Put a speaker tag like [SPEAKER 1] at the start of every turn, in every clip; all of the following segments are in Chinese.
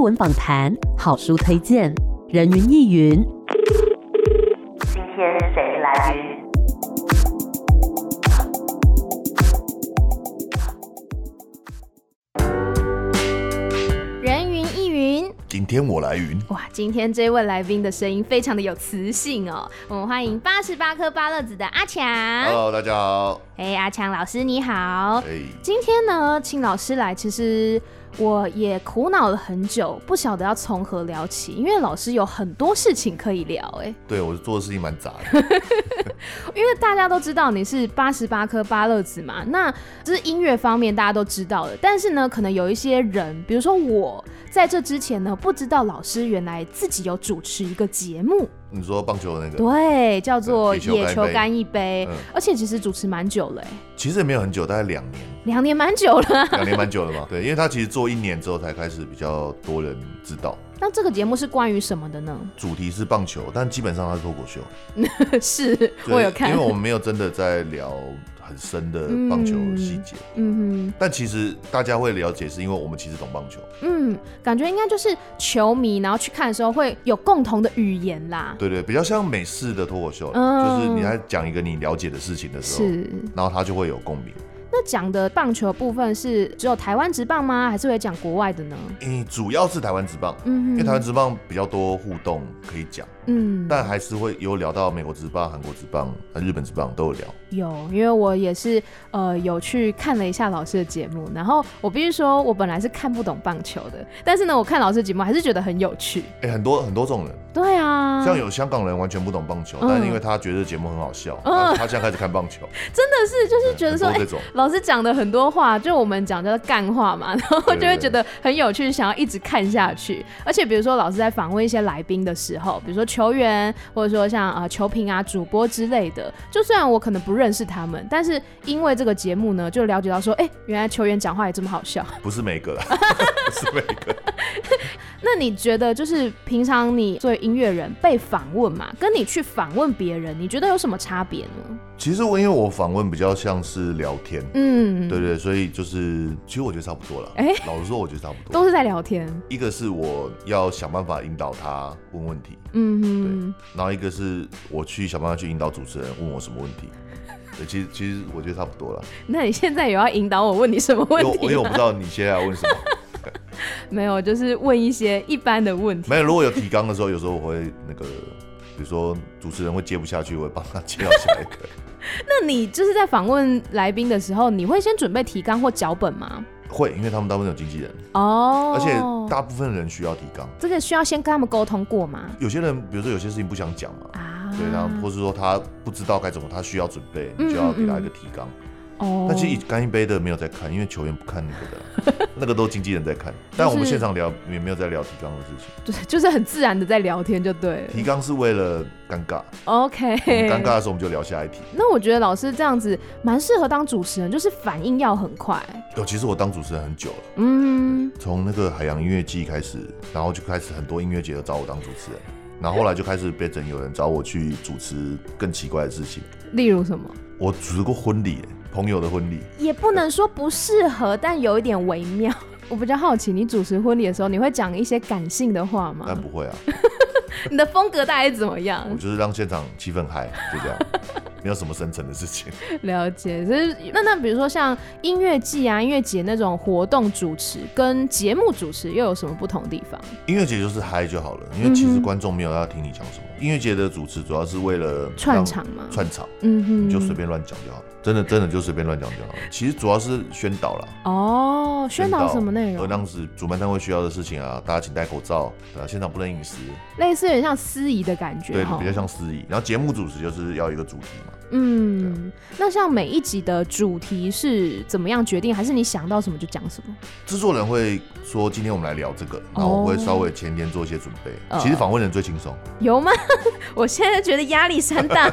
[SPEAKER 1] 文访谈、好书推荐、人云亦云。
[SPEAKER 2] 今天谁来云？
[SPEAKER 3] 人云亦云。
[SPEAKER 4] 今天我来云，
[SPEAKER 3] 哇，今天这位来宾的声音非常的有磁性哦。我们欢迎八十八颗芭乐子的阿强。哎、
[SPEAKER 4] Hello，大家好。
[SPEAKER 3] 阿强老师你好。
[SPEAKER 4] 哎，
[SPEAKER 3] 今天呢，请老师来，其实我也苦恼了很久，不晓得要从何聊起，因为老师有很多事情可以聊。哎，
[SPEAKER 4] 对我做的事情蛮杂 的，
[SPEAKER 3] 因为大家都知道你是八十八颗芭乐子嘛，那这是音乐方面大家都知道的。但是呢，可能有一些人，比如说我，在这之前呢，不知道老师原来自己有主持一个节目，
[SPEAKER 4] 你说棒球的那个，
[SPEAKER 3] 对，叫做
[SPEAKER 4] 嗯
[SPEAKER 3] 《野
[SPEAKER 4] 野球
[SPEAKER 3] 球
[SPEAKER 4] 干
[SPEAKER 3] 干一杯》
[SPEAKER 4] 嗯
[SPEAKER 3] 而且其实主持蛮久了、哎，
[SPEAKER 4] 其实也没有很久，大概两 年，
[SPEAKER 3] 两年蛮久了。
[SPEAKER 4] 两年蛮久了嘛。对，因为他其实做一年之后才开始比较多人知道，
[SPEAKER 3] 那这个节目是关于什么的呢？
[SPEAKER 4] 主题是棒球，但基本上他是脱口秀。
[SPEAKER 3] 是
[SPEAKER 4] 对
[SPEAKER 3] 我有看
[SPEAKER 4] 因为，我们没有真的在聊很深的棒球细节。
[SPEAKER 3] 嗯
[SPEAKER 4] 但其实大家会了解，是因为我们其实懂棒球。
[SPEAKER 3] 哼，嗯，感觉应该就是球迷，然后去看的时候会有共同的语言啦。
[SPEAKER 4] 对对，比较像美式的脱口秀，
[SPEAKER 3] 嗯
[SPEAKER 4] 就是你在讲一个你了解的事情的时候，
[SPEAKER 3] 是，
[SPEAKER 4] 然后他就会有共鸣。
[SPEAKER 3] 那讲的棒球部分是只有台湾职棒吗？还是会讲国外的呢？
[SPEAKER 4] 嗯，主要是台湾职棒，
[SPEAKER 3] 嗯
[SPEAKER 4] 因为台湾职棒比较多互动可以讲，
[SPEAKER 3] 嗯，
[SPEAKER 4] 但还是会有聊到美国职棒、韩国职棒、呃日本职棒都有聊。
[SPEAKER 3] 有，因为我也是呃有去看了一下老师的节目，然后我必须说，我本来是看不懂棒球的，但是呢，我看老师的节目还是觉得很有趣。
[SPEAKER 4] 哎、很多很多这种人，
[SPEAKER 3] 对啊，
[SPEAKER 4] 像有香港人完全不懂棒球，
[SPEAKER 3] 嗯
[SPEAKER 4] 但是因为他觉得节目很好笑，
[SPEAKER 3] 嗯
[SPEAKER 4] 他他现在开始看棒球，
[SPEAKER 3] 真的是 就是觉得说，
[SPEAKER 4] 很
[SPEAKER 3] 哎、
[SPEAKER 4] 多这种。
[SPEAKER 3] 老师讲的很多话，就我们讲叫做干话嘛， 然后就会觉得很有趣，想要一直看下去。而且比如说老师在访问一些来宾的时候，比如说球员，或者说像呃球评啊、主播之类的，就虽然我可能不认识他们，但是因为这个节目呢，就了解到说，哎、原来球员讲话也这么好 笑。
[SPEAKER 4] 不是每个啦，不是每个。
[SPEAKER 3] 那你觉得就是平常你作为音乐人被访问嘛，跟你去访问别人，你觉得有什么差别呢？
[SPEAKER 4] 其实我因为我访问比较像是聊天，
[SPEAKER 3] 嗯，
[SPEAKER 4] 对对，所以就是其实我觉得差不多了。
[SPEAKER 3] 哎
[SPEAKER 4] 老实说，我觉得差不
[SPEAKER 3] 都
[SPEAKER 4] 多。
[SPEAKER 3] 是在聊天。
[SPEAKER 4] 一个是我要想办法引导他问问题，
[SPEAKER 3] 嗯哼，
[SPEAKER 4] 然后一个是我去想办法去引导主持人问我什么问题。 对，其实其实我觉得差不多了，
[SPEAKER 3] 那你现在有要引导我问你什么 问
[SPEAKER 4] 因为
[SPEAKER 3] 题
[SPEAKER 4] 我因
[SPEAKER 3] 吗？
[SPEAKER 4] 为我不知道你现在要问什么。
[SPEAKER 3] 没有，就是问一些一般的问题。
[SPEAKER 4] 没有，如果有提纲的时候，有时候我会那个，比如说主持人会接不下去，我会帮他接到下一个。
[SPEAKER 3] 那你就是在访问来宾的时候，你会先准备提纲或脚本吗？
[SPEAKER 4] 会，因为他们大部分有经纪人，
[SPEAKER 3] 哦，
[SPEAKER 4] 而且大部分人需要提纲。
[SPEAKER 3] 这个需要先跟他们沟通过吗？
[SPEAKER 4] 有些人，比如说有些事情不想讲嘛，
[SPEAKER 3] 啊，
[SPEAKER 4] 对，然后或是说他不知道该怎么，他需要准备，你就要给他一个提纲。
[SPEAKER 3] 嗯哦，
[SPEAKER 4] 但其实干一杯的没有在看，因为球员不看那个的，啊那个都经纪人在看。但我们现场聊也没有在聊提纲的事情，
[SPEAKER 3] 对， 就是很自然的在聊天就对了。
[SPEAKER 4] 提纲是为了尴尬，
[SPEAKER 3] OK，
[SPEAKER 4] 我们尴尬。的时候我们就聊下一题。
[SPEAKER 3] 那我觉得老师这样子蛮适合当主持人，就是反应要很快。
[SPEAKER 4] 哦，其实我当主持人很久了。
[SPEAKER 3] 嗯，
[SPEAKER 4] 从那个海洋音乐季开始，然后就开始很多音乐节都找我当主持人，然后后来就开始变成有人找我去主持更奇怪的事情。
[SPEAKER 3] 例如什么
[SPEAKER 4] 我主持过婚礼，朋友的婚礼，
[SPEAKER 3] 也不能说不适合，但有一点微妙。 我比较好奇，你主持婚礼的时候，你会讲一些感性的话吗？
[SPEAKER 4] 但不会啊，
[SPEAKER 3] 你的风格大概是怎么样？
[SPEAKER 4] 我就是让现场气氛嗨，就 这样，没有什么深层的事情。
[SPEAKER 3] 了解，就是那那比如说像音乐季啊、音乐节那种活动主持跟节目主持又有什么不同的地方？
[SPEAKER 4] 音乐节就是嗨就好了，因为
[SPEAKER 3] 嗯
[SPEAKER 4] 其实
[SPEAKER 3] 哼
[SPEAKER 4] 观众没有要听你讲什么。音乐节的主持主要是为了
[SPEAKER 3] 串
[SPEAKER 4] 让
[SPEAKER 3] 场吗
[SPEAKER 4] 串场，
[SPEAKER 3] 嗯哼，
[SPEAKER 4] 你就随便乱讲就好了，真的真的就随便乱讲就好了。其实主要是宣导啦。
[SPEAKER 3] 哦，宣导什么内
[SPEAKER 4] 呃
[SPEAKER 3] 容？
[SPEAKER 4] 当时主办单位需要的事情啊，大家请戴口罩，对啊，现场不能饮食，
[SPEAKER 3] 类似有点像司仪的感觉，
[SPEAKER 4] 对，
[SPEAKER 3] 哈
[SPEAKER 4] 比较像司仪。然后节目主持就是要有一个主题嘛，啊
[SPEAKER 3] 嗯，那像每一集的主题是怎么样决定？还是你想到什么就讲什么？
[SPEAKER 4] 制作人会说今天我们来聊这个，然后我会稍微前天做一些准备。
[SPEAKER 3] 哦
[SPEAKER 4] 其实访问人最 轻松，
[SPEAKER 3] 有吗？我现在觉得压力山 大，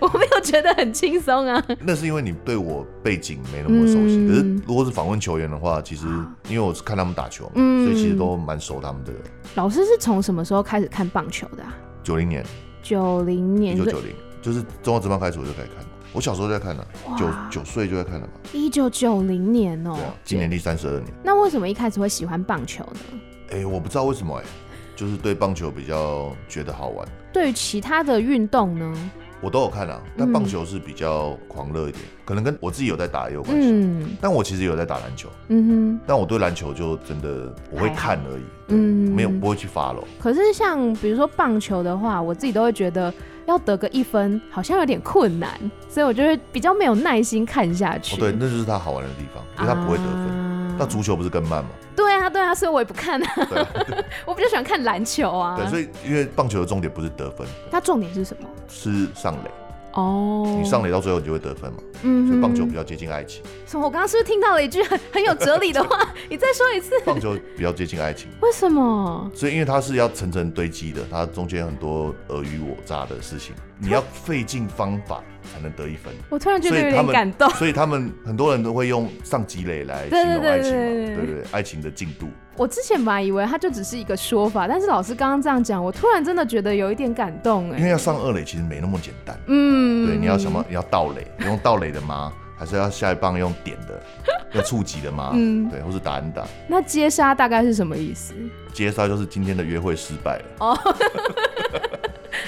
[SPEAKER 3] 我没有觉得很轻松啊。
[SPEAKER 4] 那是因为你对我背景没那么熟悉。
[SPEAKER 3] 嗯啊
[SPEAKER 4] 可是如果是访问球员的话，其实因为我是看他们打球嘛，
[SPEAKER 3] 嗯
[SPEAKER 4] 所以其实都蛮熟他们的。
[SPEAKER 3] 老师是从什么时候开始看棒球的、啊？
[SPEAKER 4] 九零年，
[SPEAKER 3] 九零
[SPEAKER 4] 一
[SPEAKER 3] 年，
[SPEAKER 4] 九九零，就是中华职棒开始我就开始看。我小时候就在看了、
[SPEAKER 3] 哇
[SPEAKER 4] 九九岁就在看了嘛，
[SPEAKER 3] 一九九零年哦、
[SPEAKER 4] 啊对啊，今年第三十二年。
[SPEAKER 3] 那为什么一开始会喜欢棒球呢？
[SPEAKER 4] 哎、我不知道为什么哎、就是对棒球比较觉得好玩，
[SPEAKER 3] 对于其他的运动呢？
[SPEAKER 4] 我都有看啊。但
[SPEAKER 3] 嗯
[SPEAKER 4] 棒球是比较狂热一点，可能跟我自己有在打也有关系。
[SPEAKER 3] 嗯
[SPEAKER 4] 但我其实有在打篮球，
[SPEAKER 3] 嗯
[SPEAKER 4] 但我对篮球就真的我会
[SPEAKER 3] 还好
[SPEAKER 4] 看而已，
[SPEAKER 3] 哼，嗯，
[SPEAKER 4] 没有不会去 follow。哦
[SPEAKER 3] 可是像比如说棒球的话，我自己都会觉得要得个一分好像有点困难，所以我就会比较没有耐心看下去。
[SPEAKER 4] 哦，对，那就是他好玩的地方，因为他不会得分。
[SPEAKER 3] 啊
[SPEAKER 4] 那足球不是更慢吗？
[SPEAKER 3] 对啊，对啊，所以我也不看啊，
[SPEAKER 4] 对啊、
[SPEAKER 3] 我比较喜欢看篮球啊。
[SPEAKER 4] 对，所
[SPEAKER 3] 以
[SPEAKER 4] 以因为棒球的重点不是得分，
[SPEAKER 3] 它重点是什么？
[SPEAKER 4] 是上垒。
[SPEAKER 3] 哦，
[SPEAKER 4] 你上垒到最后你就会得分嘛，
[SPEAKER 3] 嗯
[SPEAKER 4] 所
[SPEAKER 3] 哼
[SPEAKER 4] 以棒球比较接近爱情，
[SPEAKER 3] 什么？我刚刚是不是听到了一句很很有哲理的话？ 你再说一 次。
[SPEAKER 4] 棒球比较接近爱情。
[SPEAKER 3] 为什么？
[SPEAKER 4] 所以，因为它是要层层堆积的，它中间很多尔虞我诈的事情，你要费尽方法才能得一分。
[SPEAKER 3] 我突然觉
[SPEAKER 4] 所
[SPEAKER 3] 得有
[SPEAKER 4] 以他
[SPEAKER 3] 点感
[SPEAKER 4] 们
[SPEAKER 3] 动，。
[SPEAKER 4] 所以他们很多人都会用上积累来
[SPEAKER 3] 对
[SPEAKER 4] 形容
[SPEAKER 3] 对
[SPEAKER 4] 爱情嘛，
[SPEAKER 3] 对对对
[SPEAKER 4] 对不对？爱情的进度，
[SPEAKER 3] 我之前本来以为它就只是一个说法，但是老师刚刚这样讲，我突然真的觉得有一点感动
[SPEAKER 4] 因为
[SPEAKER 3] 哎。
[SPEAKER 4] 要上二垒其实没那么简单。
[SPEAKER 3] 嗯，
[SPEAKER 4] 对，你要想办，你要倒垒，用倒垒的吗？还是要下一棒用点的，用触及的吗？
[SPEAKER 3] 嗯
[SPEAKER 4] 对，或是打安打。
[SPEAKER 3] 那接杀大概是什么意思？
[SPEAKER 4] 接杀就是今天的约会失败了，
[SPEAKER 3] 哦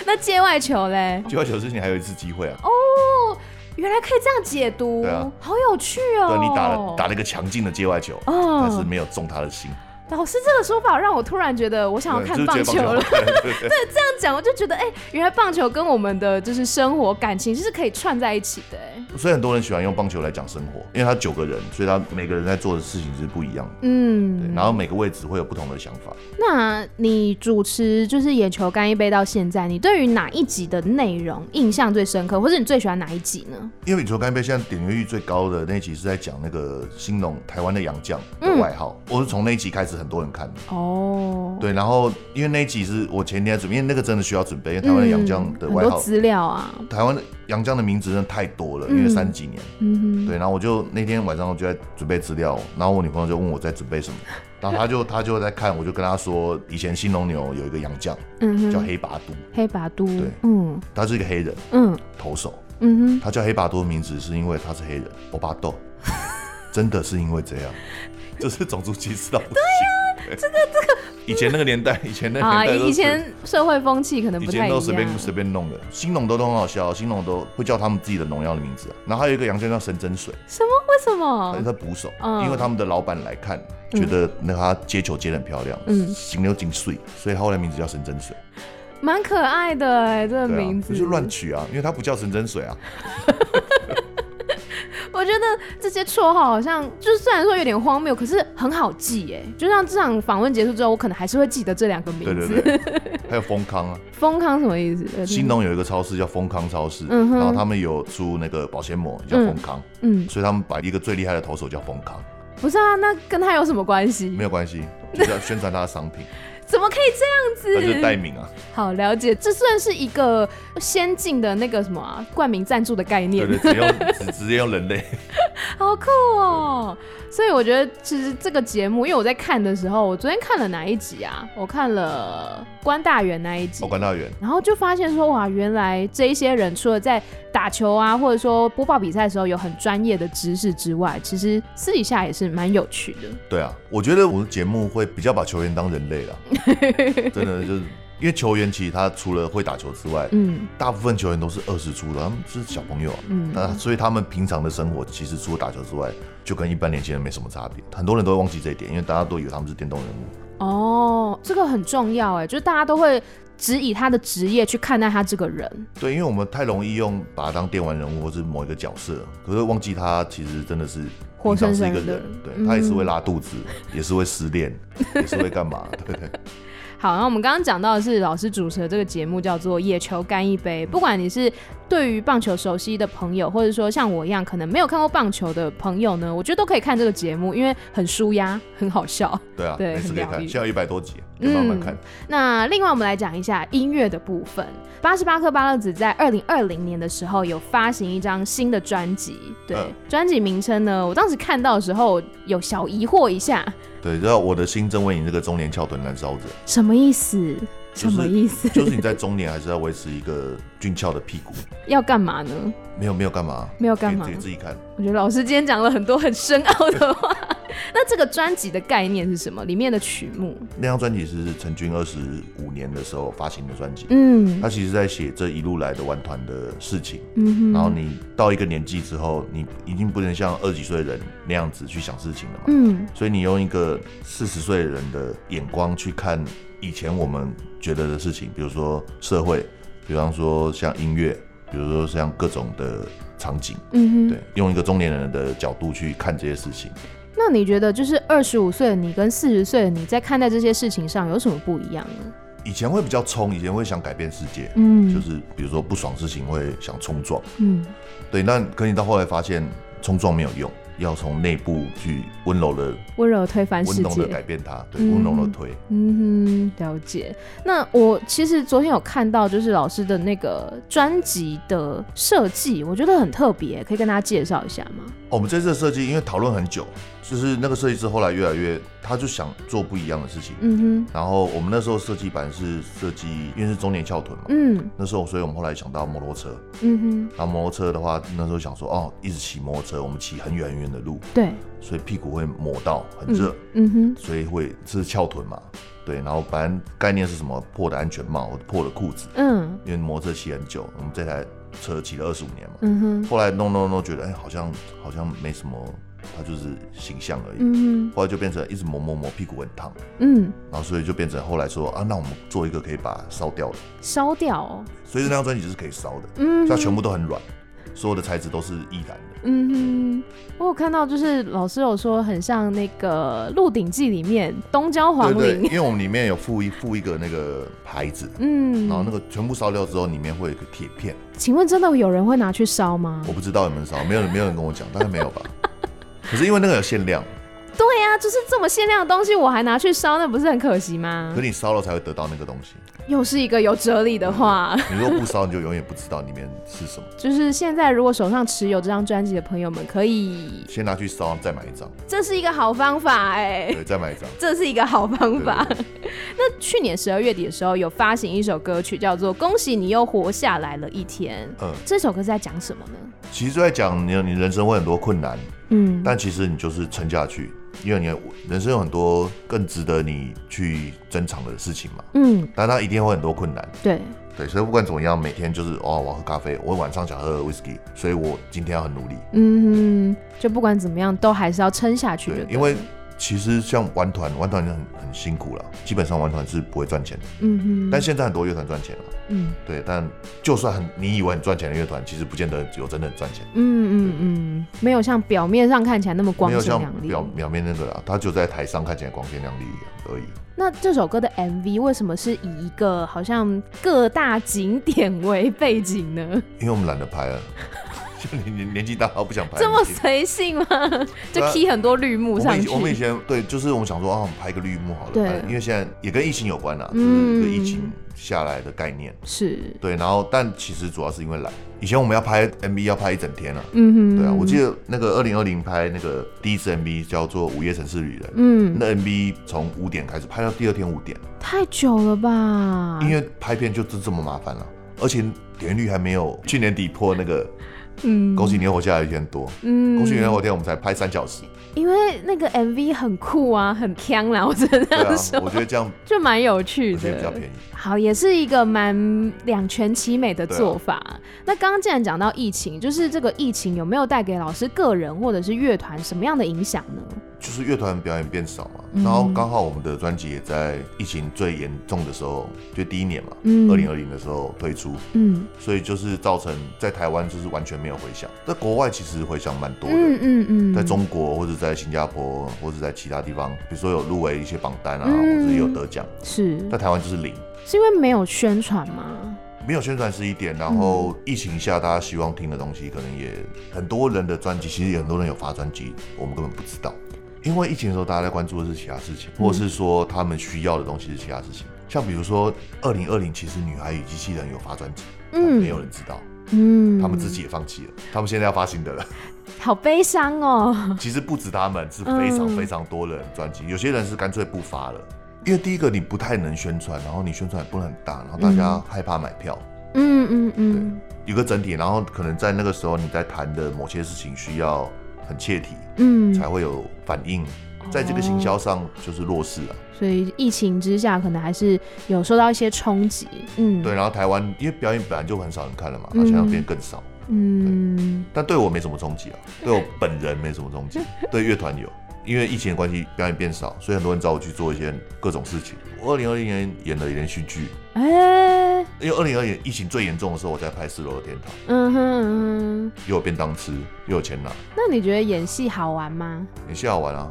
[SPEAKER 3] 那界外球嘞？
[SPEAKER 4] 接外球之前还有一次机会啊，
[SPEAKER 3] 哦，原来可以这样解读，
[SPEAKER 4] 对啊
[SPEAKER 3] 好有趣哦。
[SPEAKER 4] 对你打了打了一个强劲的接外球，
[SPEAKER 3] 哦
[SPEAKER 4] 但是没有中他的心，
[SPEAKER 3] 老师这个说法让我突然觉得我想要
[SPEAKER 4] 对
[SPEAKER 3] 看
[SPEAKER 4] 就是
[SPEAKER 3] 棒
[SPEAKER 4] 接
[SPEAKER 3] 球了。
[SPEAKER 4] 对 对对对
[SPEAKER 3] 这样讲，我就觉得哎、原来棒球跟我们的就是生活感情是可以串在一起的哎、
[SPEAKER 4] 所以很多人喜欢用棒球来讲生活，因为他九个人，所以他每个人在做的事情是不一样的。对，
[SPEAKER 3] 嗯，
[SPEAKER 4] 然后每个位置会有不同的想法。
[SPEAKER 3] 那你主持就是《眼球干一杯》到现在，你对于哪一集的内容印象最深刻，或是你最喜欢哪一集呢？
[SPEAKER 4] 因为《球干杯》现在点阅率最高的那集是在讲那个兴隆台湾的洋将的
[SPEAKER 3] 嗯
[SPEAKER 4] 外号，我是从那一集开始很多人看的。
[SPEAKER 3] 哦，
[SPEAKER 4] 对，然后因为那一集是我前天在准备，因为那个真的需要准备，因为台湾的洋将的
[SPEAKER 3] 嗯、
[SPEAKER 4] 外
[SPEAKER 3] 很多
[SPEAKER 4] 号，
[SPEAKER 3] 资料啊，
[SPEAKER 4] 台湾的洋将的名字真的太多了，因为
[SPEAKER 3] 嗯
[SPEAKER 4] 三十几年。
[SPEAKER 3] 嗯哼，
[SPEAKER 4] 对，然后我就那天晚上我就在准备资料，然后我女朋友就问我在准备什么，然后她就她就在看，我就跟她说，以前新龙牛有一个洋将
[SPEAKER 3] 嗯哼，
[SPEAKER 4] 叫黑拔都，
[SPEAKER 3] 黑拔都，
[SPEAKER 4] 对
[SPEAKER 3] 嗯
[SPEAKER 4] 他是一个黑人
[SPEAKER 3] 嗯
[SPEAKER 4] 投手，
[SPEAKER 3] 嗯
[SPEAKER 4] 他叫黑拔都的名字是因为他是黑人，欧巴豆， 真的是因为这样，就是种族歧视到不行。对
[SPEAKER 3] 啊
[SPEAKER 4] 呀、这个 这个，以前那个年代，以前那
[SPEAKER 3] 哼，
[SPEAKER 4] 个
[SPEAKER 3] 啊，
[SPEAKER 4] 年代都是、
[SPEAKER 3] 以前社会风气可能
[SPEAKER 4] 以
[SPEAKER 3] 不太
[SPEAKER 4] 前
[SPEAKER 3] 一样
[SPEAKER 4] 都，随便随便弄的，新农都都很好笑，新农都会叫他们自己的农药的名字、啊。然后还有一个洋将叫神针水，
[SPEAKER 3] 什么？为什
[SPEAKER 4] 他
[SPEAKER 3] 么
[SPEAKER 4] 是？他捕手，
[SPEAKER 3] 嗯
[SPEAKER 4] 因为他们的老板来看，
[SPEAKER 3] 嗯
[SPEAKER 4] 觉得那他接球接得很漂亮，
[SPEAKER 3] 嗯
[SPEAKER 4] 嗯，行流紧碎，所以他后来名字叫神针水，
[SPEAKER 3] 蛮可爱的哎、这个
[SPEAKER 4] 对啊
[SPEAKER 3] 名，字、
[SPEAKER 4] 就是乱取啊，因为他不叫神针水啊，
[SPEAKER 3] 我觉得这些绰号好像，就是虽然说有点荒谬，可是很好记哎。就像这场访问结束之后，我可能还是会记得这两个名字。
[SPEAKER 4] 对对对，还有丰康啊，
[SPEAKER 3] 丰康什么意思？呃
[SPEAKER 4] 新，农有一个超市叫丰康超市，
[SPEAKER 3] 嗯哼
[SPEAKER 4] 然后他们有出那个保鲜膜叫丰康，
[SPEAKER 3] 嗯，
[SPEAKER 4] 所以他们把一个最厉害的投手叫丰康，
[SPEAKER 3] 不是啊，那跟他有什么关系？
[SPEAKER 4] 没有关系，就是要宣传他的商品，
[SPEAKER 3] 怎么可以这
[SPEAKER 4] 他就
[SPEAKER 3] 样
[SPEAKER 4] 是
[SPEAKER 3] 子？
[SPEAKER 4] 代名 啊，
[SPEAKER 3] 好了解，这算是一个先进的那个什么、啊、冠名赞助的概念
[SPEAKER 4] 对，对，直接用直直接用人类，
[SPEAKER 3] 好酷哦。所以我觉得其实这个节目，因为我在看的时候，我昨天看了哪一集啊？我看了关大元那一集。
[SPEAKER 4] 哦，管大员，
[SPEAKER 3] 然后就发现说，哇，原来这一些人除了在打球啊，或者说播报比赛的时候有很专业的知识之外，其实私底下也是蛮有趣的。
[SPEAKER 4] 对啊，我觉得我的节目会比较把球员当人 类啦，真的就是。因为球员其实他除了会打球之外，
[SPEAKER 3] 嗯
[SPEAKER 4] 大部分球员都是二十出的，他们是小朋友啊，
[SPEAKER 3] 嗯
[SPEAKER 4] 那所以他们平常的生活其实除了打球之外，就跟一般年轻人没什么差别。很多人都会忘记这一点，因为大家都以为他们是电动人物。
[SPEAKER 3] 哦，这个很重要哎，就是大家都会只以他的职业去看待他这个人。
[SPEAKER 4] 对，因为我们太容易用把他当电玩人物或是某一个角色，可是忘记他其实真的是
[SPEAKER 3] 活生生
[SPEAKER 4] 平常是一个人
[SPEAKER 3] 的，嗯
[SPEAKER 4] 对他也是会拉肚子，也是会失 恋，也是会干嘛，对不对？
[SPEAKER 3] 好，那我们刚刚讲到的是老师主持的这个节目叫做《野球干一
[SPEAKER 4] 嗯
[SPEAKER 3] 杯》，不管你是对于棒球熟悉的朋友，或者说像我一样可能没有看过棒球的朋友呢，我觉得都可以看这个节目，因为很舒压，很好笑。
[SPEAKER 4] 对啊，
[SPEAKER 3] 对
[SPEAKER 4] 没事可以
[SPEAKER 3] 很疗
[SPEAKER 4] 看，
[SPEAKER 3] 愈嗯
[SPEAKER 4] 现在有一百多集，可以慢慢看。
[SPEAKER 3] 那另外我们来讲一下音乐的部分。八十八克巴乐子在二零二零年的时候有发行一张新的专辑，对
[SPEAKER 4] 嗯，
[SPEAKER 3] 专辑名称呢，我当时看到的时候有小疑惑一下，
[SPEAKER 4] 对，然后我的心正为你这个中年翘臀 燃烧着，
[SPEAKER 3] 什么意思？什
[SPEAKER 4] 就是
[SPEAKER 3] 么意思？
[SPEAKER 4] 就是你在中年还是要维持一个俊俏的屁股，
[SPEAKER 3] 要干嘛呢？
[SPEAKER 4] 没有没有干嘛，
[SPEAKER 3] 没有干嘛
[SPEAKER 4] 自己自己看。
[SPEAKER 3] 我觉得老师今天讲了很多很深奥的话，那这个专辑的概念是什么？里面的曲目，
[SPEAKER 4] 那张专辑是陈军二十五年的时候发行的专辑，
[SPEAKER 3] 嗯
[SPEAKER 4] 他其实在写这一路来的玩团的事情。
[SPEAKER 3] 嗯
[SPEAKER 4] 然
[SPEAKER 3] 哼，
[SPEAKER 4] 后你到一个年纪之后，你已经不能像二十几岁的人那样子去想事情了嘛。
[SPEAKER 3] 嗯
[SPEAKER 4] 所以你用一个四十岁的人的眼光去看以前我们觉得的事情，比如说社会，比方说像音乐，比如说像各种的场景，
[SPEAKER 3] 嗯哼，
[SPEAKER 4] 对，用一个中年人的角度去看这些事情。
[SPEAKER 3] 那你觉得，就是二十五岁的你跟四十岁的你在看待这些事情上有什么不一样呢？
[SPEAKER 4] 以前会比较冲，以前会想改变世界，
[SPEAKER 3] 嗯
[SPEAKER 4] 就是比如说不爽事情会想冲撞，
[SPEAKER 3] 嗯
[SPEAKER 4] 对，那可你到后来发现冲撞没有用，要从内部去温柔的、
[SPEAKER 3] 温柔推翻
[SPEAKER 4] 温
[SPEAKER 3] 世
[SPEAKER 4] 柔的改
[SPEAKER 3] 界。
[SPEAKER 4] 变它，对，温柔的推。
[SPEAKER 3] 嗯哼，了解。那我其实昨天有看到，就是老师的那个专辑的设计，我觉得很特别，可以跟大家介绍一下吗？
[SPEAKER 4] 哦我们这次的设计，因为讨论很久，就是那个设计师后来越来越，他就想做不一样的事情。
[SPEAKER 3] 嗯哼，
[SPEAKER 4] 然后我们那时候设计版是设计，因为是中年翘臀嘛，
[SPEAKER 3] 嗯
[SPEAKER 4] 那时候所以我们后来想到摩托车。
[SPEAKER 3] 嗯
[SPEAKER 4] 那摩托车的话，那时候想说，哦，一直骑摩托车，我们骑很远很远的路，
[SPEAKER 3] 哼，对，
[SPEAKER 4] 所以屁股会磨到，很热，
[SPEAKER 3] 嗯哼，
[SPEAKER 4] 所以会是翘臀嘛。对，然后反正概念是什么破的安全帽或者破的裤子，
[SPEAKER 3] 嗯
[SPEAKER 4] 因为摩托车骑很久，我们这台车骑了二十五年嘛。
[SPEAKER 3] 嗯哼，
[SPEAKER 4] 后来弄弄弄，觉得哎、好像好像没什么，它就是形象而已。
[SPEAKER 3] 嗯
[SPEAKER 4] 后来就变成一直磨磨磨，屁股很烫，
[SPEAKER 3] 哼，嗯，
[SPEAKER 4] 然后所以就变成后来说啊，那我们做一个可以把它烧掉的，
[SPEAKER 3] 烧掉、哦，
[SPEAKER 4] 所以那张专辑是可以烧的，
[SPEAKER 3] 嗯
[SPEAKER 4] 所以它
[SPEAKER 3] 哼，
[SPEAKER 4] 全部都很软，所有的材质都是易燃的。
[SPEAKER 3] 嗯哼，我有看到，就是老师有说很像那个《鹿鼎记》里面东郊皇
[SPEAKER 4] 对对，
[SPEAKER 3] 陵，
[SPEAKER 4] 因为我们里面有附一附一个那个牌子，
[SPEAKER 3] 嗯，
[SPEAKER 4] 然后那个全部烧掉之后，里面会有一个铁片，
[SPEAKER 3] 请问真的有人会拿去烧吗？
[SPEAKER 4] 我不知道有没有人烧，没有人没有人跟我讲，大概 没有吧。可是因为那个有限量，
[SPEAKER 3] 对呀、就是这么限量的东西，我还拿去烧，那不是很可惜吗
[SPEAKER 4] 可？你烧了才会得到那个东西。
[SPEAKER 3] 又是一个有哲理的话，
[SPEAKER 4] 你如果不烧，你就永远不知道里面是什么。
[SPEAKER 3] 就是现在如果手上持有这张专辑的朋友们，可以，
[SPEAKER 4] 先拿去烧，再买一张，
[SPEAKER 3] 这是一个好方法哎、
[SPEAKER 4] 对，再买一张。
[SPEAKER 3] 这是一个好方法
[SPEAKER 4] 对。
[SPEAKER 3] 那去年十二月底的时候，有发行一首歌曲，叫做《恭喜你又活下来了一天》。
[SPEAKER 4] 嗯，
[SPEAKER 3] 这首歌是在讲什么呢？
[SPEAKER 4] 其实就在讲你你人生会很多困难，
[SPEAKER 3] 嗯
[SPEAKER 4] 但其实你就是撑下去，因为你的人生有很多更值得你去珍藏的事情嘛。
[SPEAKER 3] 嗯，
[SPEAKER 4] 但它一定会很多困难，
[SPEAKER 3] 对，
[SPEAKER 4] 对，所以不管怎么样，每天就是哦，我要喝咖啡，我晚上想喝 whisky，所以我今天要很努力。
[SPEAKER 3] 嗯，就不管怎么样，都还是要撑下去就对
[SPEAKER 4] 对
[SPEAKER 3] 了。，
[SPEAKER 4] 因为其实像玩团，玩团很很辛苦了，基本上玩团是不会赚钱的，
[SPEAKER 3] 嗯
[SPEAKER 4] 但现在很多乐团赚钱了。
[SPEAKER 3] 哼，嗯
[SPEAKER 4] 对，但就算很你以为很赚钱的乐团，其实不见得有真的很赚钱，
[SPEAKER 3] 嗯嗯嗯，没有像表面上看起来那么光
[SPEAKER 4] 没有
[SPEAKER 3] 鲜
[SPEAKER 4] 像
[SPEAKER 3] 亮丽。
[SPEAKER 4] 表表面那个啦，他就在台上看起来光鲜亮丽而已。
[SPEAKER 3] 那这首歌的 MV 为什么是以一个好像各大景点为背景呢？
[SPEAKER 4] 因为我们懒得拍了， 就你年年纪大了不想拍
[SPEAKER 3] 这么
[SPEAKER 4] 东西
[SPEAKER 3] 随性 吗？就
[SPEAKER 4] 对啊
[SPEAKER 3] key 很多绿幕
[SPEAKER 4] 我
[SPEAKER 3] 上
[SPEAKER 4] 们以
[SPEAKER 3] 去。
[SPEAKER 4] 我们以前对，就是我们想说啊，我们拍个绿幕好了，
[SPEAKER 3] 对
[SPEAKER 4] 反正因为现在也跟疫情有关啦，就是
[SPEAKER 3] 嗯
[SPEAKER 4] 一个疫情下来的概念。
[SPEAKER 3] 是，
[SPEAKER 4] 对，然后但其实主要是因为懒，以前我们要拍 MV 要拍一整天啊。
[SPEAKER 3] 嗯哼，
[SPEAKER 4] 对啊，我记得那个二零二零拍那个第一次 MV 叫做《午夜城市旅人》，
[SPEAKER 3] 嗯，
[SPEAKER 4] 那 MV 从五点开始拍到第二天五点，
[SPEAKER 3] 太久了吧？
[SPEAKER 4] 因为拍片就是这么麻烦了，而且点阅率还没有去年底破那个
[SPEAKER 3] 嗯
[SPEAKER 4] 《恭喜你又活下来》一天多，
[SPEAKER 3] 嗯
[SPEAKER 4] 《恭喜你又活下来》我们才拍 三小时，
[SPEAKER 3] 因为那个 MV 很酷啊，很强啦，我只能这
[SPEAKER 4] 对啊
[SPEAKER 3] 样说，，
[SPEAKER 4] 我觉得这样
[SPEAKER 3] 就蛮有趣
[SPEAKER 4] 我觉得比较
[SPEAKER 3] 的。
[SPEAKER 4] 便宜。
[SPEAKER 3] 好，也是一个蛮两全其美的
[SPEAKER 4] 对啊
[SPEAKER 3] 做法。那刚刚既然讲到疫情，就是这个疫情有没有带给老师个人或者是乐团什么样的影响呢？
[SPEAKER 4] 就是乐团表演变少嘛，
[SPEAKER 3] 嗯
[SPEAKER 4] 然后刚好我们的专辑也在疫情最严重的时候，就第一年嘛，
[SPEAKER 3] 嗯
[SPEAKER 4] 二零二零的时候推出，
[SPEAKER 3] 嗯
[SPEAKER 4] 所以就是造成在台湾就是完全没有回响，在国外其实回响蛮多的。
[SPEAKER 3] 嗯嗯嗯，
[SPEAKER 4] 在中国或者在新加坡或者在其他地方，比如说有入围一些榜单啊，
[SPEAKER 3] 嗯
[SPEAKER 4] 或者也有得奖，
[SPEAKER 3] 是
[SPEAKER 4] 在台湾就是零，
[SPEAKER 3] 是因为没有宣传吗？
[SPEAKER 4] 没有宣传是一点。然后疫情下，大家希望听的东西，可能也很多人的专辑，其实也很多人有发专辑，我们根本不知道，因为疫情的时候，大家在关注的是其他事情，或者是说他们需要的东西是其他事情。像比如说，二零二零其实《女孩与机器人》有发专辑，但
[SPEAKER 3] 嗯
[SPEAKER 4] 没有人知道，
[SPEAKER 3] 嗯，
[SPEAKER 4] 他们自己也放弃了，他们现在要发新的了。
[SPEAKER 3] 好悲伤 哦。
[SPEAKER 4] 其实不止他们，是非常
[SPEAKER 3] 嗯
[SPEAKER 4] 非常多人专辑，有些人是干脆不发了。因为第一个你不太能宣传，然后你宣传也不能很大，然后大家害怕买票，
[SPEAKER 3] 嗯嗯嗯
[SPEAKER 4] 有个整体，然后可能在那个时候你在谈的某些事情需要很切题，
[SPEAKER 3] 嗯哦
[SPEAKER 4] 才会有反应，在这个行销上就是弱势啊。
[SPEAKER 3] 所以疫情之下，可能还是有受到一些冲击。嗯，
[SPEAKER 4] 对，，然后台湾因为表演本来就很少人看了嘛，
[SPEAKER 3] 嗯
[SPEAKER 4] 然后现在变更少，
[SPEAKER 3] 嗯，
[SPEAKER 4] 但对我没什么冲 击啊，对我本人没什么冲击，啊对乐团有。因为疫情的关系，表演变少，所以很多人找我去做一些各种事情。我二零二零年演了连续剧，
[SPEAKER 3] 哎、
[SPEAKER 4] 因为二零二年疫情最严重的时候，我在拍《四楼的天堂》，
[SPEAKER 3] 嗯哼嗯哼，
[SPEAKER 4] 又有便当吃，又有钱拿，
[SPEAKER 3] 那你觉得演戏好玩吗？
[SPEAKER 4] 很戏好玩啊。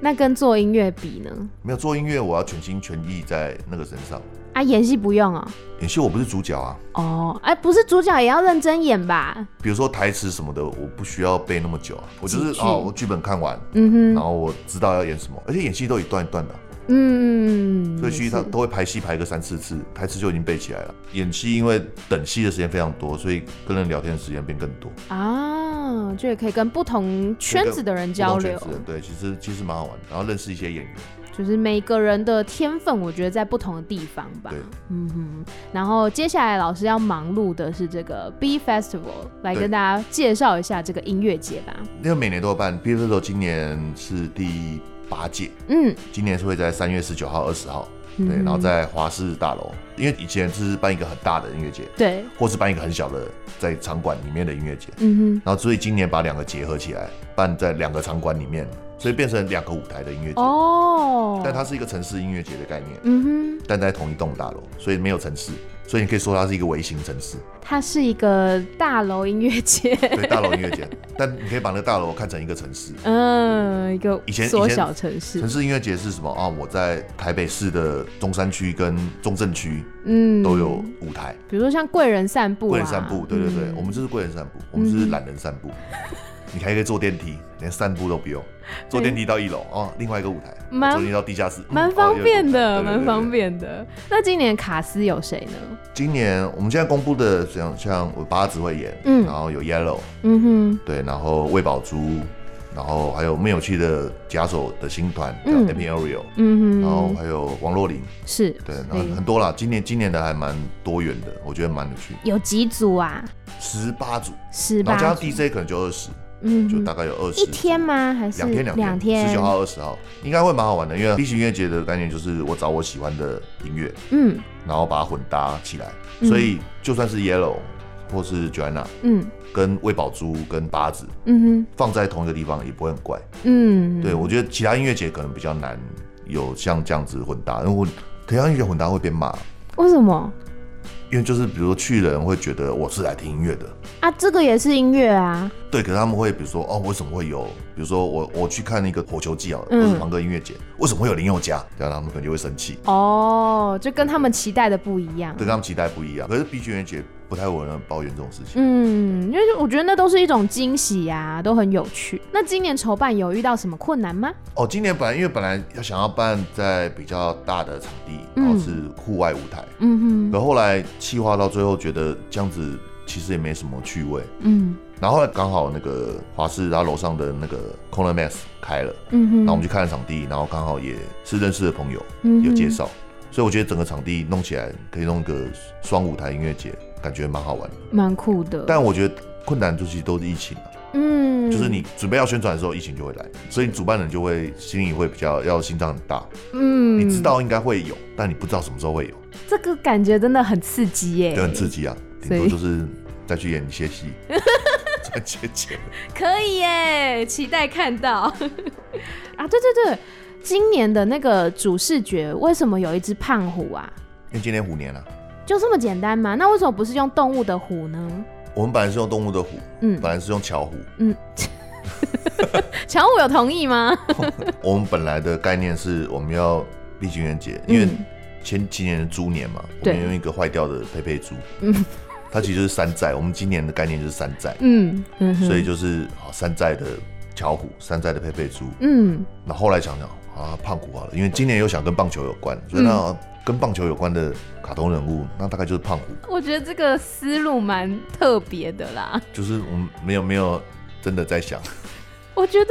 [SPEAKER 3] 那跟做音乐比呢？
[SPEAKER 4] 没有做音乐，我要全心全意在那个身上。
[SPEAKER 3] 啊，演戏不用哦。
[SPEAKER 4] 演戏我不是主角啊，
[SPEAKER 3] 哦，哎、不是主角也要认真演吧？
[SPEAKER 4] 比如说台词什么的，我不需要背那么久啊，我就
[SPEAKER 3] 几
[SPEAKER 4] 是
[SPEAKER 3] 句
[SPEAKER 4] 哦，我剧本看完，
[SPEAKER 3] 嗯
[SPEAKER 4] 然
[SPEAKER 3] 哼，
[SPEAKER 4] 后我知道要演什么，而且演戏都一段一段的，
[SPEAKER 3] 嗯，
[SPEAKER 4] 所以其实他
[SPEAKER 3] 也是
[SPEAKER 4] 都会排戏排个三四次，台词就已经背起来了。演戏因为等戏的时间非常多，所以跟人聊天的时间变更多，
[SPEAKER 3] 啊，就也可以跟不同圈子的人交流
[SPEAKER 4] 不同圈，子的人对，其实其实蛮好玩的，然后认识一些演员，
[SPEAKER 3] 就是每个人的天分，我觉得在不同的地方吧
[SPEAKER 4] 对。
[SPEAKER 3] 嗯哼，然后接下来老师要忙碌的是这个 B Festival，来
[SPEAKER 4] 对
[SPEAKER 3] 跟大家介绍一下这个音乐节吧。
[SPEAKER 4] 因为每年都有办，毕业的时候今年是第八届，
[SPEAKER 3] 嗯，
[SPEAKER 4] 今年是会在三月十九号、二十号，对，然后在华视大楼，因为以前是办一个很大的音乐节，
[SPEAKER 3] 对，
[SPEAKER 4] 或是办一个很小的在场馆里面的音乐节，
[SPEAKER 3] 嗯
[SPEAKER 4] 然后所以今年把两个结合起来，办在两个场馆里面，所以变成两个舞台的音乐节。
[SPEAKER 3] 哼，哦，
[SPEAKER 4] 但它是一个城市音乐节的概念，
[SPEAKER 3] 嗯
[SPEAKER 4] 但在同一栋大楼，所以没有城市，所以你可以说它是一个微型城市，
[SPEAKER 3] 哼，它是一个大楼音乐节，
[SPEAKER 4] 对，大楼音乐 节。但你可以把那个大楼看成一个城市。
[SPEAKER 3] 嗯，一个
[SPEAKER 4] 以前以前
[SPEAKER 3] 缩小城市
[SPEAKER 4] 城，市音乐节是什么啊？我在台北市的中山区跟中正区
[SPEAKER 3] 嗯，
[SPEAKER 4] 都有舞台，
[SPEAKER 3] 比如说像贵人散步、啊，
[SPEAKER 4] 贵人散步，对对对，
[SPEAKER 3] 嗯
[SPEAKER 4] 我们这是贵人散步，我们是懒人散步。你还可以坐电梯，连散步都不用，坐电梯到一楼哦，另外一个舞台，
[SPEAKER 3] 蛮
[SPEAKER 4] 坐电梯到地下室，嗯
[SPEAKER 3] 蛮方便的，蛮。
[SPEAKER 4] 哦又有舞台对对对
[SPEAKER 3] 方
[SPEAKER 4] 对对
[SPEAKER 3] 便的。那今年卡斯有谁呢？
[SPEAKER 4] 今年我们现在公布的像像我八指会演，
[SPEAKER 3] 嗯
[SPEAKER 4] 然后有 Yellow，
[SPEAKER 3] 嗯
[SPEAKER 4] 对，然后魏宝珠，然后还有灭有趣的假手的新团叫
[SPEAKER 3] 嗯
[SPEAKER 4] a p i r i o
[SPEAKER 3] 哼，嗯
[SPEAKER 4] 然后
[SPEAKER 3] 哼，
[SPEAKER 4] 还有王若琳，
[SPEAKER 3] 是，
[SPEAKER 4] 对，然后
[SPEAKER 3] 所以
[SPEAKER 4] 很多啦，今年今年的还蛮多元的，我觉得蛮有趣，
[SPEAKER 3] 有几组啊？
[SPEAKER 4] 十八组，
[SPEAKER 3] 十
[SPEAKER 4] 然
[SPEAKER 3] 八
[SPEAKER 4] 后加上
[SPEAKER 3] 组，
[SPEAKER 4] DJ 可能就二十，
[SPEAKER 3] 嗯
[SPEAKER 4] 就
[SPEAKER 3] 哼，
[SPEAKER 4] 大概有二十
[SPEAKER 3] 一天吗？还是
[SPEAKER 4] 两天两
[SPEAKER 3] 两
[SPEAKER 4] 十
[SPEAKER 3] 天
[SPEAKER 4] 九？号、二十号应该会蛮好玩的，因为 B 型音乐节的概念就是我找我喜欢的音乐，
[SPEAKER 3] 嗯
[SPEAKER 4] 然后把它混搭起来，
[SPEAKER 3] 嗯
[SPEAKER 4] 所以就算是 Yellow 或是 Joanna
[SPEAKER 3] 嗯
[SPEAKER 4] 跟魏宝珠跟八子
[SPEAKER 3] 嗯
[SPEAKER 4] 放在同一个地方也不会很怪。
[SPEAKER 3] 哼，嗯，
[SPEAKER 4] 对我觉得其他音乐节可能比较难有像这样子混搭，因为我其他音乐节混搭会被骂，
[SPEAKER 3] 为什么
[SPEAKER 4] 因为就是比如说去的人会觉得我是来听音乐的。
[SPEAKER 3] 啊？这个也是音乐啊，
[SPEAKER 4] 对，可是他们会比如说哦，为什么会有？比如说我我去看那个火球季啊，或
[SPEAKER 3] 嗯
[SPEAKER 4] 是庞哥音乐节，为什么会有林宥嘉？然后他们可能就会生气。
[SPEAKER 3] 哦，就跟他们期待的不一样。
[SPEAKER 4] 对他们期待不一样。可是 B 君元姐不太会有人抱怨这种事情。
[SPEAKER 3] 嗯，因为我觉得那都是一种惊喜呀、都很有趣。那今年筹办有遇到什么困难吗？
[SPEAKER 4] 哦，今年本来因为本来要想要办在比较大的场地，
[SPEAKER 3] 嗯
[SPEAKER 4] 然后是户外舞台，
[SPEAKER 3] 嗯哼，
[SPEAKER 4] 可后来计划到最后觉得这样子其实也没什么趣味。
[SPEAKER 3] 嗯
[SPEAKER 4] 然后后来刚好那个华师他楼上的那个 Corner Max 开了，
[SPEAKER 3] 嗯哼，
[SPEAKER 4] 然后我们去看了场地，然后刚好也是认识的朋友
[SPEAKER 3] 嗯哼
[SPEAKER 4] 有介绍，所以我觉得整个场地弄起来可以弄个双舞台音乐节，感觉蛮好玩的。
[SPEAKER 3] 嗯蛮酷的。
[SPEAKER 4] 但我觉得困难就是都是疫情啊。
[SPEAKER 3] 嗯，
[SPEAKER 4] 就是你准备要宣传的时候，疫情就会来，所以主办人就会心里会比较要心脏很大。
[SPEAKER 3] 嗯，
[SPEAKER 4] 你知道应该会有，但你不知道什么时候会有，
[SPEAKER 3] 这个感觉真的很刺激耶，
[SPEAKER 4] 就很刺激啊。
[SPEAKER 3] 所
[SPEAKER 4] 顶
[SPEAKER 3] 以
[SPEAKER 4] 多就是再去演一些戏， 赚些钱。
[SPEAKER 3] 可以耶，期待看到 啊！对对对，今年的那个主视觉为什么有一只胖虎啊？
[SPEAKER 4] 因为今年虎年了、啊
[SPEAKER 3] 就这么简单吗？那为什么不是用动物的虎呢？
[SPEAKER 4] 我们本来是用动物的虎，
[SPEAKER 3] 嗯
[SPEAKER 4] 本来是用巧虎。
[SPEAKER 3] 嗯，强武有同意吗？
[SPEAKER 4] 我们本来的概念是我们要立情人节，因为
[SPEAKER 3] 嗯
[SPEAKER 4] 前几年的猪年嘛，我
[SPEAKER 3] 对
[SPEAKER 4] 们用一个坏掉的佩佩猪，它其实就是山寨。我们今年的概念就是山寨，
[SPEAKER 3] 嗯，嗯哼
[SPEAKER 4] 所以就是啊山寨的巧虎，山寨的佩佩猪，
[SPEAKER 3] 嗯
[SPEAKER 4] 那后来想想啊，胖虎好了，因为今年又想跟棒球有关，所以
[SPEAKER 3] 嗯
[SPEAKER 4] 那跟棒球有关的卡通人物，那大概就是胖虎，
[SPEAKER 3] 我觉得这个思路蛮特别的啦。
[SPEAKER 4] 就是我们没有没有真的在想，
[SPEAKER 3] 我觉得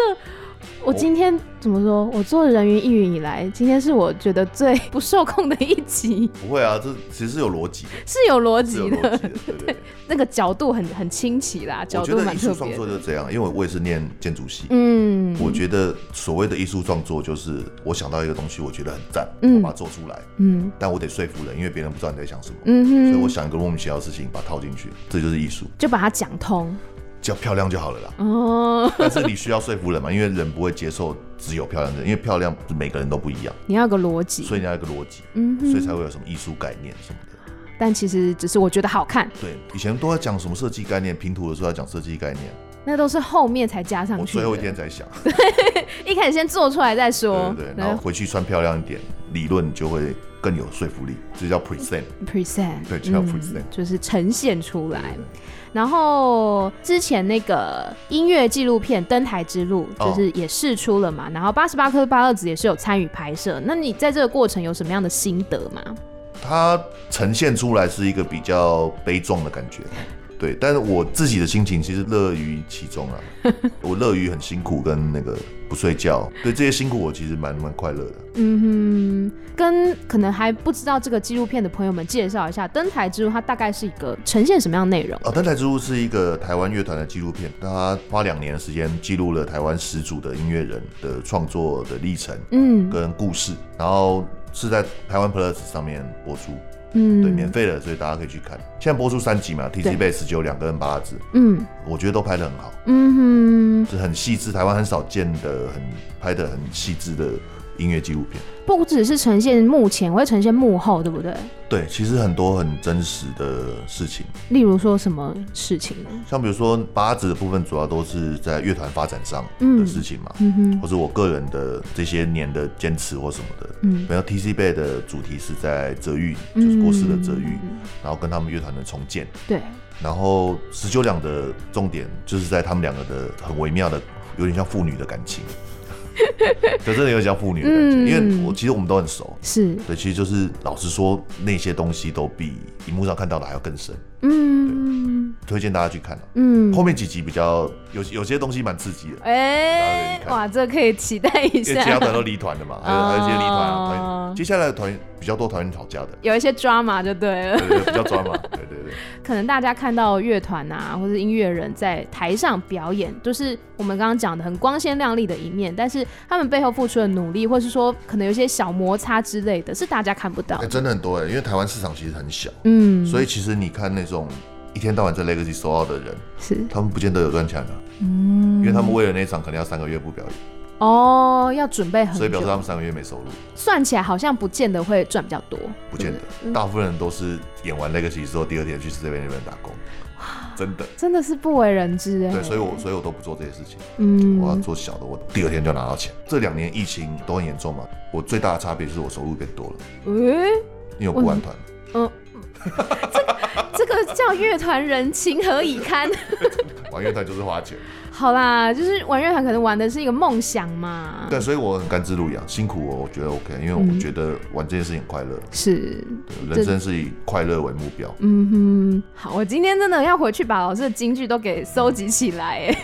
[SPEAKER 3] 我今天怎么说？我做人云亦云以来，今天是我觉得最不受控的一集，
[SPEAKER 4] 不会啊，这其实是有逻辑的，
[SPEAKER 3] 是有逻
[SPEAKER 4] 是有
[SPEAKER 3] 辑
[SPEAKER 4] 逻
[SPEAKER 3] 的
[SPEAKER 4] 辑，的，对对对。
[SPEAKER 3] 那个角度很很清奇啦，角
[SPEAKER 4] 我觉
[SPEAKER 3] 度
[SPEAKER 4] 得
[SPEAKER 3] 蛮
[SPEAKER 4] 艺
[SPEAKER 3] 特
[SPEAKER 4] 术创
[SPEAKER 3] 别
[SPEAKER 4] 作
[SPEAKER 3] 的。
[SPEAKER 4] 就是这样，因为我也是念建筑系。
[SPEAKER 3] 嗯，
[SPEAKER 4] 我觉得所谓的艺术创作，就是我想到一个东西，我觉得很赞，
[SPEAKER 3] 嗯
[SPEAKER 4] 我把它做出来，
[SPEAKER 3] 嗯
[SPEAKER 4] 但我得说服人，因为别人不知道你在想什么，
[SPEAKER 3] 嗯哼，
[SPEAKER 4] 所以我想一个莫名其妙的事情，把它套进去，这就是艺术，
[SPEAKER 3] 就把它讲通。
[SPEAKER 4] 只要漂亮就好了啦
[SPEAKER 3] 哦。
[SPEAKER 4] 但是你需要说服人嘛，因为人不会接受只有漂亮的人，因为漂亮每个人都不一样，
[SPEAKER 3] 你要有个逻辑，
[SPEAKER 4] 所以你要有一个逻辑，
[SPEAKER 3] 嗯
[SPEAKER 4] 所以
[SPEAKER 3] 哼，
[SPEAKER 4] 才会有什么艺术概念什么的。
[SPEAKER 3] 但其实只是我觉得好看，
[SPEAKER 4] 对，以前都在讲什么设计概念，拼图的时候要讲设计概念，
[SPEAKER 3] 那都是后面才加上
[SPEAKER 4] 我
[SPEAKER 3] 去的。
[SPEAKER 4] 最后一天才想，
[SPEAKER 3] 一开始先做出来再说
[SPEAKER 4] 对，对对，然后回去穿漂亮一点，理论就会更有说服力，这叫 present。
[SPEAKER 3] present，嗯
[SPEAKER 4] 对就要 present
[SPEAKER 3] 就是呈现出来。然后之前那个音乐纪录片《登台之路》
[SPEAKER 4] 哦
[SPEAKER 3] 就是也试出了嘛，然后八十八颗八二子也是有参与拍摄。那你在这个过程有什么样的心得吗？
[SPEAKER 4] 它呈现出来是一个比较悲壮的感觉，对。但是我自己的心情其实乐于其中啊，我乐于很辛苦跟那个不睡觉，对这些辛苦我其实蛮蛮快乐的。
[SPEAKER 3] 嗯哼，跟可能还不知道这个纪录片的朋友们介绍一下，《登台之路》它大概是一个呈现什么样的内容？
[SPEAKER 4] 啊，《登台之路》是一个台湾乐团的纪录片，它花两年的时间记录了台湾十组的音乐人的创作的历程
[SPEAKER 3] 嗯
[SPEAKER 4] 跟故事，然后是在台湾 Plus 上面播出，
[SPEAKER 3] 嗯，
[SPEAKER 4] 对，免费的，所以大家可以去看。现在播出三集嘛
[SPEAKER 3] 对
[SPEAKER 4] ，TC Base 只有两个人八字，
[SPEAKER 3] 嗯
[SPEAKER 4] 我觉得都拍得很好。
[SPEAKER 3] 嗯
[SPEAKER 4] 是很细致，台湾很少见的，很拍的很细致的音乐纪录片。
[SPEAKER 3] 哼，不只是呈现幕前，我会呈现幕后，对不对？
[SPEAKER 4] 对，其实很多很真实的事情，
[SPEAKER 3] 例如说什么事情呢？
[SPEAKER 4] 像比如说八子的部分，主要都是在乐团发展上的事情嘛，
[SPEAKER 3] 嗯哼，
[SPEAKER 4] 或是我个人的这些年的坚持或什么的。
[SPEAKER 3] 嗯
[SPEAKER 4] 然后 TC Bay 的主题是在泽玉，就是过世的泽玉，
[SPEAKER 3] 嗯
[SPEAKER 4] 然后跟他们乐团的重建。
[SPEAKER 3] 对，
[SPEAKER 4] 然后十九两的重点就是在他们两个的很微妙的，有点像父女的感 情，对，真的有点像父女的感情。
[SPEAKER 3] 嗯
[SPEAKER 4] 因为我其实我们都很熟，
[SPEAKER 3] 是，
[SPEAKER 4] 对，其实就是老实说，那些东西都比荧幕上看到的还要更深，
[SPEAKER 3] 嗯
[SPEAKER 4] 推荐大家去看啊、
[SPEAKER 3] 嗯
[SPEAKER 4] 后，面几集比较有有些东西蛮刺激的，
[SPEAKER 3] 哎、
[SPEAKER 4] 大家可以看
[SPEAKER 3] 哇，这可以期待一
[SPEAKER 4] 因为其他
[SPEAKER 3] 下，
[SPEAKER 4] 团都离团了嘛，还有
[SPEAKER 3] 哦
[SPEAKER 4] 还有一些离团啊，团接下来的团比较多团员吵架的，
[SPEAKER 3] 有一些抓马就对了。
[SPEAKER 4] 对对 对，比较抓嘛，对对对。
[SPEAKER 3] 可能大家看到乐团啊，或者音乐人在台上表演，就是我们刚刚讲的很光鲜亮丽的一面，但是他们背后付出的努力，或是说可能有一些小摩擦之类的，是大家看不到
[SPEAKER 4] 哎、。真的很多哎、因为台湾市场其实很小，
[SPEAKER 3] 嗯，
[SPEAKER 4] 所
[SPEAKER 3] 以
[SPEAKER 4] 以其实你看那种一天到晚在 Legacy 收到的人，
[SPEAKER 3] 是
[SPEAKER 4] 他们不见得有赚钱的、
[SPEAKER 3] 嗯
[SPEAKER 4] 因为他们为了那一场可能要三个月不表演，
[SPEAKER 3] 哦，要准备很久，
[SPEAKER 4] 所以表示他们三个月没收入，
[SPEAKER 3] 算起来好像不见得会赚比较多，
[SPEAKER 4] 不见
[SPEAKER 3] 对
[SPEAKER 4] 得。大部分人都是演完 Legacy 之后，第二天去这边那边打工，真的。
[SPEAKER 3] 对真的是不为人知哎。
[SPEAKER 4] 对，所以我所以我都不做这些事情，
[SPEAKER 3] 嗯，
[SPEAKER 4] 我要做小的，我第二天就拿到钱。这两年疫情都很严重嘛，我最大的差别就是我收入变多了，
[SPEAKER 3] 诶
[SPEAKER 4] 因为我不玩团。
[SPEAKER 3] 嗯，这个这个叫乐团人情何以堪？嗯
[SPEAKER 4] 玩乐团就是花钱，
[SPEAKER 3] 好啦，就是玩乐团可能玩的是一个梦想嘛。
[SPEAKER 4] 对，所以我很甘之路养，辛苦我，我觉得 OK，因为
[SPEAKER 3] 嗯
[SPEAKER 4] 我觉得玩这件事情很快乐，
[SPEAKER 3] 是，
[SPEAKER 4] 对人生是以快乐为目标。
[SPEAKER 3] 嗯哼，好，我今天真的要回去把老师的金句都给搜集起来。哎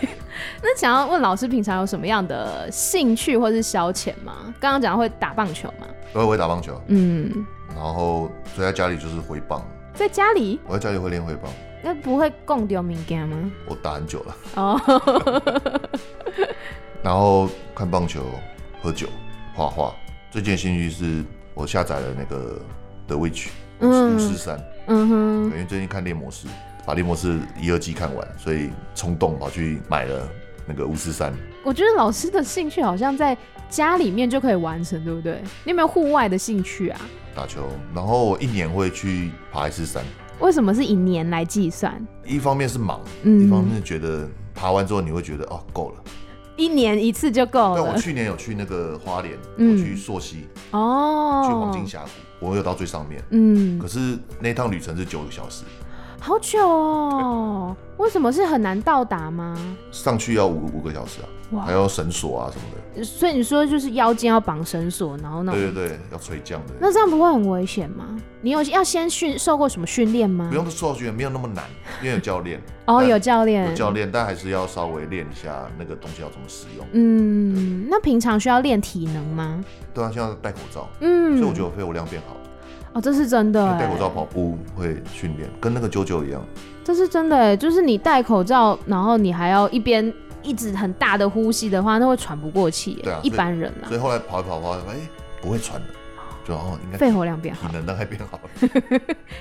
[SPEAKER 3] 那想要问老师，平常有什么样的兴趣或是消遣吗？刚刚讲会打棒球嘛，
[SPEAKER 4] 我也会打棒球，啊
[SPEAKER 3] 嗯，
[SPEAKER 4] 然后所以在家里就是挥棒，
[SPEAKER 3] 在家里
[SPEAKER 4] 我在家里会练挥棒，
[SPEAKER 3] 那不会共丢敏感吗？
[SPEAKER 4] 我打很久了，
[SPEAKER 3] 哦，
[SPEAKER 4] 然后看棒球、喝酒、画画。最近的兴趣是我下载了那个 The Witch
[SPEAKER 3] 嗯
[SPEAKER 4] 巫师三，
[SPEAKER 3] 嗯哼
[SPEAKER 4] 因，为最近看猎魔师，把猎魔师一二季看完，所以冲动跑去买了那个巫师三。
[SPEAKER 3] 我觉得老师的兴趣好像在家里面就可以完成，对不对？你有没有户外的兴趣啊？
[SPEAKER 4] 打球，然后我一年会去爬一次山，
[SPEAKER 3] 为什么是以年来计算？
[SPEAKER 4] 一方面是忙，
[SPEAKER 3] 嗯
[SPEAKER 4] 一方面是觉得爬完之后你会觉得哦够了。
[SPEAKER 3] 一年一次就够
[SPEAKER 4] 但我
[SPEAKER 3] 了
[SPEAKER 4] 去年有去那个花莲，
[SPEAKER 3] 嗯
[SPEAKER 4] 我去溯溪，
[SPEAKER 3] 哦。
[SPEAKER 4] 去黄金峡谷，我有到最上面，
[SPEAKER 3] 嗯
[SPEAKER 4] 可，是那趟旅程是九个小时，
[SPEAKER 3] 好久哦。为什么是很难到达吗？
[SPEAKER 4] 上去要五五个小时啊，
[SPEAKER 3] 哇
[SPEAKER 4] 还有绳索啊什么的。
[SPEAKER 3] 所以你说就是腰间要绑绳索，然后那种
[SPEAKER 4] 对对对，要吹降的。
[SPEAKER 3] 那这样不会很危险吗？你有要先训受过什么训练吗。
[SPEAKER 4] 不？用做学员没有那么难，因为有教练
[SPEAKER 3] 哦，
[SPEAKER 4] 但
[SPEAKER 3] 有教练，
[SPEAKER 4] 有教练，但还是要稍微练一下那个东西要怎么使用。
[SPEAKER 3] 嗯，那平常需要练体能吗？
[SPEAKER 4] 对啊，现在戴口罩，
[SPEAKER 3] 嗯，
[SPEAKER 4] 所以我觉得我肺活量变好。
[SPEAKER 3] 哦，这是真的
[SPEAKER 4] 因
[SPEAKER 3] 哎、
[SPEAKER 4] 为戴口罩跑步会训练，跟那个啾啾一样。
[SPEAKER 3] 这是真的哎、就是你戴口罩，然后你还要一边一直很大的呼吸的话，那会喘不过气、欸，
[SPEAKER 4] 对啊
[SPEAKER 3] 一般人啊
[SPEAKER 4] 所，以后来跑一跑跑一跑，哎、不会喘了，就哦应该
[SPEAKER 3] 肺活量变好
[SPEAKER 4] 体，能大概变好了。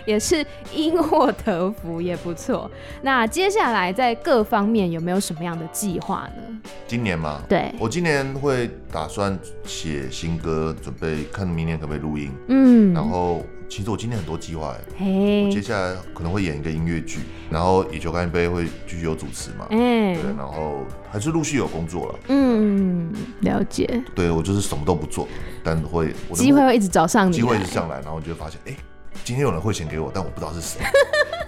[SPEAKER 3] 也是因祸得福，也不错。那接下来在各方面有没有什么样的计划呢？
[SPEAKER 4] 今年嘛，
[SPEAKER 3] 对，
[SPEAKER 4] 我今年会打算写新歌，准备看明年可不可以录音。
[SPEAKER 3] 嗯，
[SPEAKER 4] 然后其实我今年很多计划、哎
[SPEAKER 3] 嘿
[SPEAKER 4] 我，接下来可能会演一个音乐剧，然后以酒干一杯会继续有主持嘛，
[SPEAKER 3] 哎、
[SPEAKER 4] 对，然后还是陆续有工作了。
[SPEAKER 3] 嗯，了解，
[SPEAKER 4] 对我就是什么都不做，但会我的
[SPEAKER 3] 机会会一直找上你，啊
[SPEAKER 4] 机会一直，上来，然后你就会发现，哎、今天有人汇钱给我，但我不知道是谁。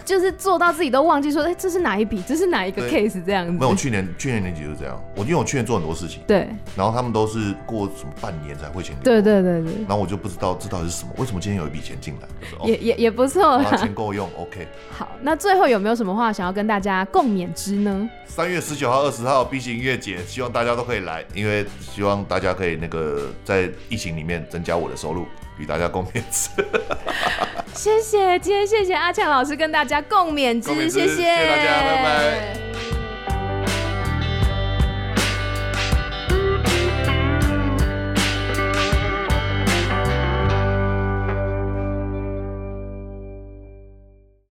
[SPEAKER 3] 就是做到自己都忘记说，哎、这是哪一笔，这是哪一个
[SPEAKER 4] 对
[SPEAKER 3] case 这样子，
[SPEAKER 4] 没有，我去年去年年底就是这样，我因为我去年做很多事情，
[SPEAKER 3] 对，
[SPEAKER 4] 然后他们都是过什么半年才汇钱给我，
[SPEAKER 3] 对对对对，
[SPEAKER 4] 然后我就不知道这到底是什么，为什么今天有一笔钱进来？就是
[SPEAKER 3] 也
[SPEAKER 4] 哦
[SPEAKER 3] 也也不错
[SPEAKER 4] 啊，
[SPEAKER 3] 啦。
[SPEAKER 4] 钱够用，OK。
[SPEAKER 3] 好，那最后有没有什么话想要跟大家共勉之呢？
[SPEAKER 4] 三月十九号、二十号 B 型音乐节，希望大家都可以来，因为希望大家可以那个在疫情里面增加我的收入，与大家共勉之。
[SPEAKER 3] 谢谢，今天谢谢阿强老师跟大家共勉之，
[SPEAKER 4] 共勉之
[SPEAKER 3] 谢
[SPEAKER 4] 谢谢大家拜拜。